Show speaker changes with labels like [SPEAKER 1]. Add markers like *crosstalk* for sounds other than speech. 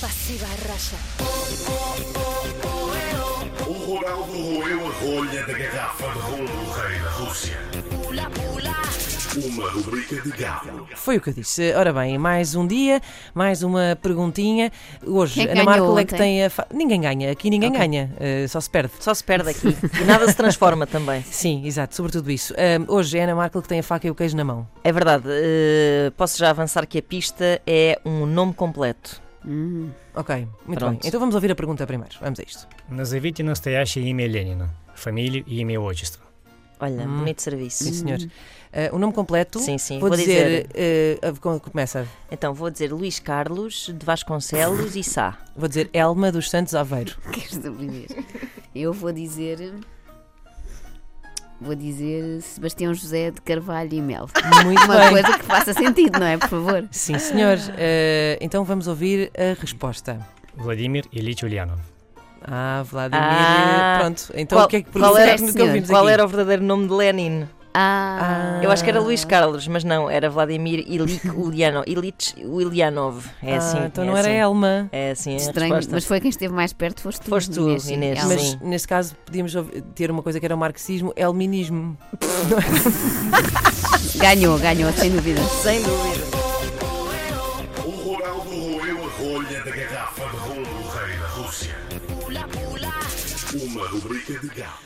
[SPEAKER 1] Pasiva Raya.
[SPEAKER 2] O Ronaldo roeu a rolha da garrafa de rum do rei da Rússia. Uma rubrica de gado.
[SPEAKER 3] Foi o que eu disse. Ora bem, mais um dia, mais uma perguntinha. Hoje,
[SPEAKER 4] Quem é que
[SPEAKER 3] Ana
[SPEAKER 4] ganhou
[SPEAKER 3] Marco é que
[SPEAKER 4] ontem?
[SPEAKER 3] tem a. Fa... Ninguém ganha, aqui ninguém ganha, eh, só se perde.
[SPEAKER 5] Só se
[SPEAKER 3] *laughs*
[SPEAKER 5] perde aqui. E nada se transforma também.
[SPEAKER 3] Sim, exato, sobretudo isso. Ahm, hoje é Ana Marco que tem a faca e o queijo na mão.
[SPEAKER 5] É verdade. eh, posso já avançar que a pista é um nome completo.
[SPEAKER 3] Ok, muito
[SPEAKER 5] Pronto.
[SPEAKER 3] bem. Então vamos ouvir a pergunta primeiro. Vamos a isto.
[SPEAKER 6] Назовите настоящее имя Ленина. Фамилию, имя, отчество.
[SPEAKER 5] Olha,
[SPEAKER 3] Hum.
[SPEAKER 5] bonito serviço.
[SPEAKER 3] Sim, senhor. Ah, o nome completo.
[SPEAKER 5] Sim, sim,
[SPEAKER 3] Vou,
[SPEAKER 5] vou
[SPEAKER 3] dizer. eh, ah, como- começa.
[SPEAKER 5] Então vou dizer Luís Carlos de Vasconcelos e Sá.
[SPEAKER 3] Vou dizer Elma dos Santos Aveiro.
[SPEAKER 4] *laughs* Queres dormir? Eu vou dizer. Vou dizer Sebastião José de Carvalho e Mel.
[SPEAKER 3] Muito
[SPEAKER 4] Uma
[SPEAKER 3] bem.
[SPEAKER 4] coisa que faça sentido, não é? Por favor.
[SPEAKER 3] Sim, senhor. Ah, então vamos ouvir a resposta.
[SPEAKER 6] Владимир Ильич Ульянов.
[SPEAKER 3] Ah, Vladimir.
[SPEAKER 5] Ah.
[SPEAKER 3] Pronto, então
[SPEAKER 5] Qual-
[SPEAKER 3] o que é que
[SPEAKER 5] qual
[SPEAKER 4] era-
[SPEAKER 3] perguntaste no que ouvimos
[SPEAKER 5] Qual
[SPEAKER 3] aqui?
[SPEAKER 5] era o verdadeiro nome de Lenin?
[SPEAKER 4] Ah,
[SPEAKER 5] Eu acho que era Luís Carlos, mas não, era Vladimir Ilich Ulyanov. Ilich Ulyanov. É assim.
[SPEAKER 3] Ah, então
[SPEAKER 5] é
[SPEAKER 3] não era
[SPEAKER 5] assim.
[SPEAKER 3] Elma.
[SPEAKER 5] É assim, é a
[SPEAKER 4] estranho.
[SPEAKER 5] resposta.
[SPEAKER 4] Mas foi quem esteve mais perto, foste tu.
[SPEAKER 5] Foste tu,
[SPEAKER 4] sim,
[SPEAKER 5] Inês,
[SPEAKER 4] ela.
[SPEAKER 3] Mas
[SPEAKER 5] sim.
[SPEAKER 3] nesse caso podíamos ouv- ter uma coisa que era o marxismo, elminismo.
[SPEAKER 4] Ganhou, ganhou, sem dúvida.
[SPEAKER 5] Sem dúvida.
[SPEAKER 2] O Ronaldo roeu a rolha da garrafa de rum do rei da Rússia. Uma rubrica de gado.